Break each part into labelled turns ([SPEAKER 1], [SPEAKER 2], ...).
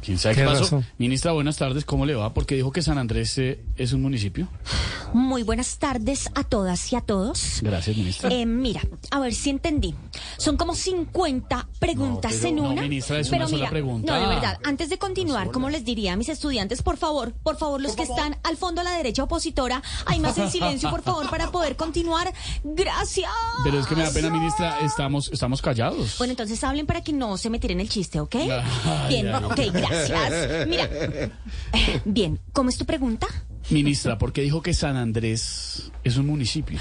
[SPEAKER 1] ¿Quién sabe qué,
[SPEAKER 2] ¿Qué
[SPEAKER 1] pasó?
[SPEAKER 2] razón?
[SPEAKER 1] Ministra, buenas tardes, ¿cómo le va? Porque dijo que San Andrés eh, es un municipio.
[SPEAKER 3] Muy buenas tardes a todas y a todos.
[SPEAKER 1] Gracias, ministra.
[SPEAKER 3] Eh, mira, a ver si entendí. Son como 50 preguntas
[SPEAKER 1] No, pero-
[SPEAKER 3] en
[SPEAKER 1] no,
[SPEAKER 3] una.
[SPEAKER 1] ministra, es
[SPEAKER 3] pero
[SPEAKER 1] una sola
[SPEAKER 3] mira,
[SPEAKER 1] pregunta. Ah.
[SPEAKER 3] No, de verdad, antes de continuar, como les diría a mis estudiantes, por favor, por favor, los que están al fondo a la derecha opositora, hay más en silencio, por favor, para poder continuar. Gracias.
[SPEAKER 1] Pero es que me da pena, ministra, estamos, estamos callados.
[SPEAKER 3] Bueno, entonces hablen para que no se me tiren el chiste, ¿ok?
[SPEAKER 1] Ay,
[SPEAKER 3] Bien,
[SPEAKER 1] ay.
[SPEAKER 3] ok, gracias. Mira. Bien, ¿cómo es tu pregunta?
[SPEAKER 1] Ministra, ¿por qué dijo que San Andrés es un municipio?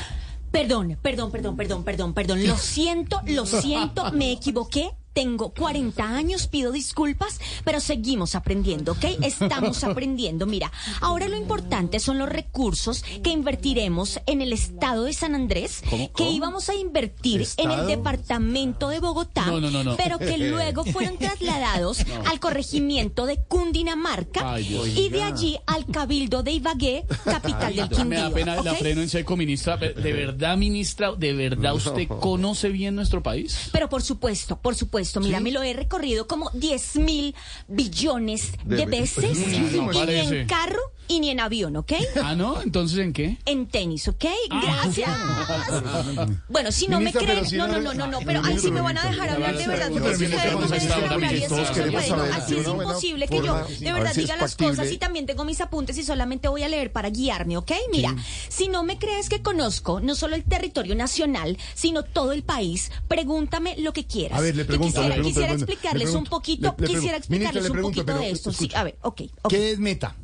[SPEAKER 3] Perdón, perdón, perdón, perdón, perdón, perdón. Lo siento, lo siento, me equivoqué. Tengo 40 años, pido disculpas, pero seguimos aprendiendo, ¿ok? Estamos aprendiendo. Mira, ahora lo importante son los recursos que invertiremos en el estado de San Andrés,
[SPEAKER 1] ¿Cómo?
[SPEAKER 3] que
[SPEAKER 1] ¿Cómo?
[SPEAKER 3] íbamos a invertir en
[SPEAKER 4] ¿Estado?
[SPEAKER 3] el departamento de Bogotá,
[SPEAKER 1] No, no, no, no.
[SPEAKER 3] pero que luego fueron trasladados al corregimiento de Cundinamarca
[SPEAKER 1] Ay, Dios.
[SPEAKER 3] y de allí al cabildo de Ibagué, capital del Quindío.
[SPEAKER 1] Me da pena, la
[SPEAKER 3] ¿ok?
[SPEAKER 1] freno en seco, ministra. Pe- De verdad, ministra, ¿de verdad usted conoce bien nuestro país?
[SPEAKER 3] Pero por supuesto, por supuesto, mira, me lo he recorrido como 10 mil billones de,
[SPEAKER 4] De veces.
[SPEAKER 3] veces
[SPEAKER 4] Muchísimo,
[SPEAKER 3] y ni
[SPEAKER 1] parece.
[SPEAKER 3] en carro y ni en avión, ¿ok?
[SPEAKER 1] Ah, ¿no? ¿Entonces en qué?
[SPEAKER 3] En tenis, ¿ok?
[SPEAKER 1] Ah.
[SPEAKER 3] Gracias. Bueno, si no
[SPEAKER 4] Ministra,
[SPEAKER 3] me
[SPEAKER 4] pero
[SPEAKER 3] creen,
[SPEAKER 4] si
[SPEAKER 3] no,
[SPEAKER 4] no
[SPEAKER 3] no,
[SPEAKER 4] re-
[SPEAKER 3] no, no, no,
[SPEAKER 4] Ah,
[SPEAKER 3] pero ahí
[SPEAKER 4] ministra,
[SPEAKER 3] sí me van a
[SPEAKER 4] ministra, pero
[SPEAKER 3] dejar hablar de
[SPEAKER 1] ministra,
[SPEAKER 3] verdad,
[SPEAKER 1] pero ministra,
[SPEAKER 3] porque ustedes no
[SPEAKER 1] vamos a
[SPEAKER 3] me
[SPEAKER 1] estar hablando,
[SPEAKER 3] dejan
[SPEAKER 1] ministra,
[SPEAKER 3] hablar
[SPEAKER 1] todos
[SPEAKER 3] y eso
[SPEAKER 1] queremos
[SPEAKER 3] no puedo.
[SPEAKER 1] hablar.
[SPEAKER 3] Así es
[SPEAKER 4] Bueno, bueno,
[SPEAKER 3] imposible que
[SPEAKER 4] por
[SPEAKER 3] yo
[SPEAKER 4] la-
[SPEAKER 3] de
[SPEAKER 4] a ver
[SPEAKER 3] verdad
[SPEAKER 4] si es
[SPEAKER 3] diga las
[SPEAKER 4] factible.
[SPEAKER 3] cosas y también tengo mis apuntes y solamente voy a leer para guiarme, ¿ok? Mira, si no me crees que conozco no solo el territorio nacional, sino todo el país, pregúntame lo que quieras.
[SPEAKER 4] A ver, le
[SPEAKER 3] Y
[SPEAKER 4] pregunto,
[SPEAKER 3] Quisiera,
[SPEAKER 4] le pregunto,
[SPEAKER 3] quisiera
[SPEAKER 4] le pregunto,
[SPEAKER 3] explicarles
[SPEAKER 4] le pregunto,
[SPEAKER 3] un poquito,
[SPEAKER 4] le- le pregunto.
[SPEAKER 3] quisiera
[SPEAKER 4] Ministra,
[SPEAKER 3] explicarles
[SPEAKER 4] le
[SPEAKER 3] un
[SPEAKER 4] pregunto,
[SPEAKER 3] poquito
[SPEAKER 4] pero
[SPEAKER 3] de esto. sí.
[SPEAKER 4] escuche.
[SPEAKER 3] a ver, ok, ok.
[SPEAKER 4] ¿Qué es Meta?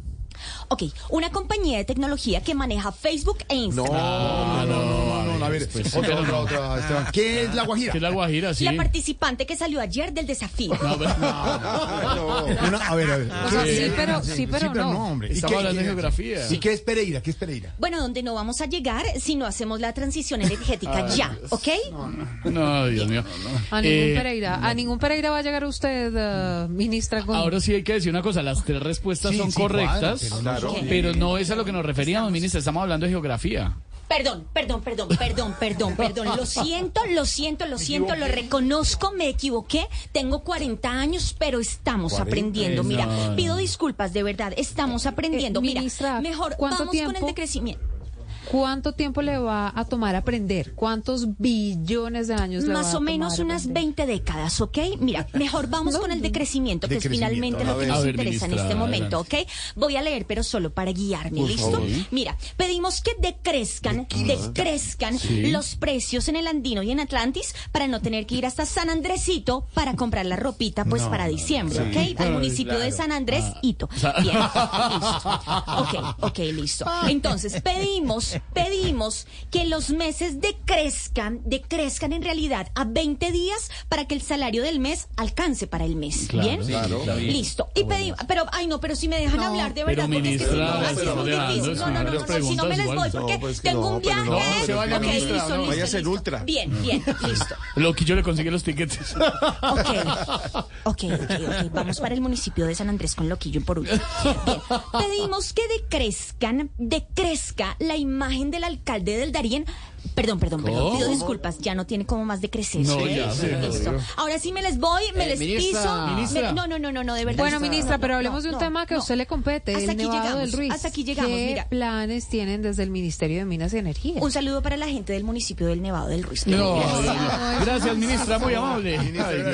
[SPEAKER 3] Ok, una compañía de tecnología que maneja Facebook e
[SPEAKER 4] No,
[SPEAKER 3] Instagram.
[SPEAKER 4] Ah, no, no, no, no, no, a ver,
[SPEAKER 1] pues,
[SPEAKER 4] otra,
[SPEAKER 1] pero
[SPEAKER 4] otra,
[SPEAKER 1] no.
[SPEAKER 4] otra, Esteban. ¿Qué es La Guajira?
[SPEAKER 1] ¿Qué es la Guajira? Sí.
[SPEAKER 3] La participante que salió ayer del desafío.
[SPEAKER 1] No, pero-
[SPEAKER 4] Una- a ver, a ver.
[SPEAKER 5] O sea, sí, pero, sí, pero no.
[SPEAKER 4] hombre. ¿Y
[SPEAKER 1] Estamos
[SPEAKER 4] qué-
[SPEAKER 1] hablando de
[SPEAKER 4] qué-
[SPEAKER 1] geografía.
[SPEAKER 4] ¿Y qué es Pereira? ¿Qué es Pereira?
[SPEAKER 3] Bueno, donde no vamos a llegar si no hacemos la transición energética
[SPEAKER 1] Ah,
[SPEAKER 3] ya, ¿ok?
[SPEAKER 1] No, Dios mío.
[SPEAKER 5] A
[SPEAKER 1] Eh,
[SPEAKER 5] ningún Pereira, a ningún Pereira va a llegar usted, eh, ministra. Con...
[SPEAKER 1] Ahora sí hay que decir una cosa, las tres respuestas
[SPEAKER 4] Sí,
[SPEAKER 1] son
[SPEAKER 4] sí,
[SPEAKER 1] correctas,
[SPEAKER 4] cuadra,
[SPEAKER 1] pero,
[SPEAKER 4] pero
[SPEAKER 1] no
[SPEAKER 3] no son-
[SPEAKER 1] es a lo que nos referíamos, ministra, estamos hablando de geografía.
[SPEAKER 3] Perdón, perdón, perdón, perdón, perdón, perdón. Lo siento, lo siento, lo siento, lo reconozco, me equivoqué. Tengo 40 años, pero estamos aprendiendo. Mira,
[SPEAKER 1] no, no.
[SPEAKER 3] pido disculpas, de verdad, estamos aprendiendo.
[SPEAKER 5] Eh, ministra,
[SPEAKER 3] Mira, mejor
[SPEAKER 5] ¿cuánto
[SPEAKER 3] vamos con el
[SPEAKER 5] tiempo?
[SPEAKER 3] decrecimiento.
[SPEAKER 5] ¿Cuánto tiempo le va a tomar aprender? ¿Cuántos billones de años le va a
[SPEAKER 3] Más o menos
[SPEAKER 5] tomar
[SPEAKER 3] unas
[SPEAKER 5] aprender?
[SPEAKER 3] 20 décadas, ¿ok? Mira, mejor vamos con el decrecimiento, que es
[SPEAKER 4] Decrecimiento,
[SPEAKER 3] finalmente
[SPEAKER 4] a
[SPEAKER 3] lo que
[SPEAKER 4] ver.
[SPEAKER 1] A
[SPEAKER 3] nos
[SPEAKER 1] ver,
[SPEAKER 3] interesa en
[SPEAKER 1] ministra,
[SPEAKER 3] este momento, ¿ok? Voy a leer, pero solo para guiarme,
[SPEAKER 4] Por
[SPEAKER 3] ¿listo?
[SPEAKER 4] favor.
[SPEAKER 3] Mira, pedimos que decrezcan, decrezcan
[SPEAKER 1] Sí.
[SPEAKER 3] los precios en el Andino y en Atlantis para no tener que ir hasta San Andresito para comprar la ropita, pues, para diciembre, ¿ok? Al municipio de San Andrés,
[SPEAKER 1] Ah.
[SPEAKER 3] Hito. Bien, listo. Ok, ok, listo. Entonces, pedimos, pedimos que los meses decrezcan, decrezcan en realidad a 20 días para que el salario del mes alcance para el mes.
[SPEAKER 1] Claro,
[SPEAKER 3] ¿Bien?
[SPEAKER 1] sí, claro. está bien.
[SPEAKER 3] Listo. Y pedimos, pero, ay no, pero si me dejan hablar, de
[SPEAKER 1] Pero,
[SPEAKER 3] verdad, porque es que si
[SPEAKER 1] ministra,
[SPEAKER 3] no,
[SPEAKER 1] la
[SPEAKER 3] así es
[SPEAKER 1] estamos
[SPEAKER 3] muy
[SPEAKER 1] dejando
[SPEAKER 3] difícil. No, no, no, no,
[SPEAKER 1] escuchar
[SPEAKER 3] no, si no
[SPEAKER 1] las
[SPEAKER 3] me les voy
[SPEAKER 1] preguntas
[SPEAKER 4] igual.
[SPEAKER 3] porque
[SPEAKER 4] No, pues que
[SPEAKER 3] tengo
[SPEAKER 4] no,
[SPEAKER 3] un
[SPEAKER 4] pero
[SPEAKER 3] viaje.
[SPEAKER 4] no, no se
[SPEAKER 1] vaya,
[SPEAKER 3] Ok,
[SPEAKER 1] ministra,
[SPEAKER 3] listo,
[SPEAKER 1] no.
[SPEAKER 3] listo,
[SPEAKER 4] Vaya a ser
[SPEAKER 3] listo.
[SPEAKER 4] ultra.
[SPEAKER 3] Bien, bien, listo.
[SPEAKER 1] Loquillo le consigue los tickets.
[SPEAKER 3] Ok, ok, ok, ok. Vamos para el municipio de San Andrés con Loquillo por último. Bien, Pedimos que decrezcan, decrezca la imagen del alcalde del Darién. Perdón, perdón, perdón. Pido
[SPEAKER 1] ¿Cómo?
[SPEAKER 3] disculpas, ya no tiene como más decrecer.
[SPEAKER 1] No, ya, sí,
[SPEAKER 3] listo.
[SPEAKER 1] no, Eh,
[SPEAKER 3] Ahora sí me les voy, me les
[SPEAKER 6] ministra.
[SPEAKER 3] piso. me-
[SPEAKER 1] Ministra.
[SPEAKER 3] no, no, no, no, no, de verdad.
[SPEAKER 5] Bueno, ministra,
[SPEAKER 3] No,
[SPEAKER 5] pero
[SPEAKER 3] no,
[SPEAKER 5] hablemos de un
[SPEAKER 3] no,
[SPEAKER 5] tema que a
[SPEAKER 3] no.
[SPEAKER 5] usted le compete,
[SPEAKER 3] Hasta
[SPEAKER 5] el
[SPEAKER 3] aquí
[SPEAKER 5] Nevado
[SPEAKER 3] llegamos,
[SPEAKER 5] del Ruiz.
[SPEAKER 3] Hasta aquí llegamos,
[SPEAKER 5] ¿Qué
[SPEAKER 3] mira.
[SPEAKER 5] planes tienen desde el Ministerio de Minas y Energía?
[SPEAKER 3] Un saludo para la gente del municipio del Nevado del Ruiz.
[SPEAKER 1] No, Dios mío. gracias, ministra, muy amable. Ay, Dios.